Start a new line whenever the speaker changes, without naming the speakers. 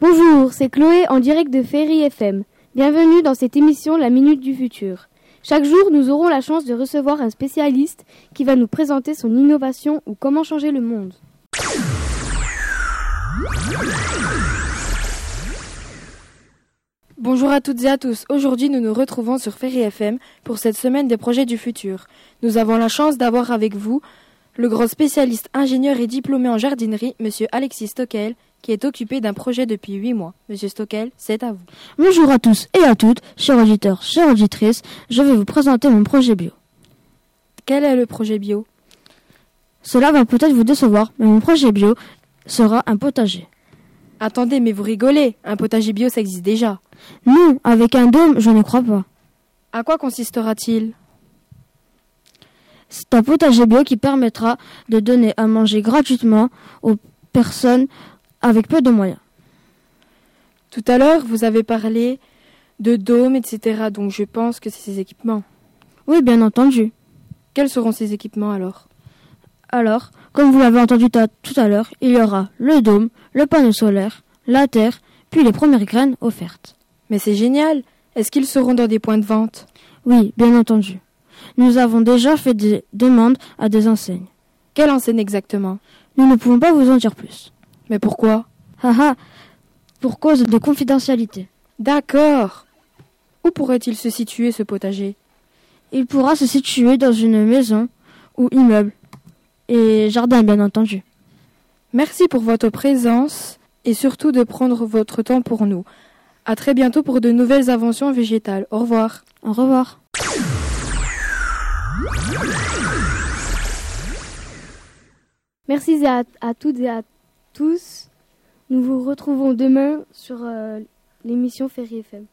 Bonjour, c'est Chloé en direct de Ferry FM. Bienvenue dans cette émission La Minute du Futur. Chaque jour, nous aurons la chance de recevoir un spécialiste qui va nous présenter son innovation ou comment changer le monde.
Bonjour à toutes et à tous. Aujourd'hui, nous nous retrouvons sur Ferry FM pour cette semaine des projets du futur. Nous avons la chance d'avoir avec vous le grand spécialiste ingénieur et diplômé en jardinerie, monsieur Alexis Stockel, qui est occupé d'un projet depuis huit mois. Monsieur Stockel, c'est à vous.
Bonjour à tous et à toutes, chers auditeurs, chères auditrices, je vais vous présenter mon projet bio.
Quel est le projet bio
Cela va peut-être vous décevoir, mais mon projet bio sera un potager.
Attendez, mais vous rigolez, un potager bio ça existe déjà.
Non, avec un dôme, je ne crois pas.
À quoi consistera-t-il
C'est un potager bio qui permettra de donner à manger gratuitement aux personnes avec peu de moyens.
Tout à l'heure, vous avez parlé de dômes, etc. Donc je pense que c'est ces équipements.
Oui, bien entendu.
Quels seront ces équipements alors
Alors, comme vous l'avez entendu ta- tout à l'heure, il y aura le dôme, le panneau solaire, la terre, puis les premières graines offertes.
Mais c'est génial Est-ce qu'ils seront dans des points de vente
Oui, bien entendu. Nous avons déjà fait des demandes à des enseignes.
Quelle enseigne exactement
Nous ne pouvons pas vous en dire plus.
Mais pourquoi
Haha, pour cause de confidentialité.
D'accord Où pourrait-il se situer ce potager
Il pourra se situer dans une maison ou immeuble. Et jardin, bien entendu.
Merci pour votre présence et surtout de prendre votre temps pour nous. À très bientôt pour de nouvelles inventions végétales. Au revoir.
Au revoir.
Merci à, à toutes et à tous. Nous vous retrouvons demain sur euh, l'émission Ferry FM.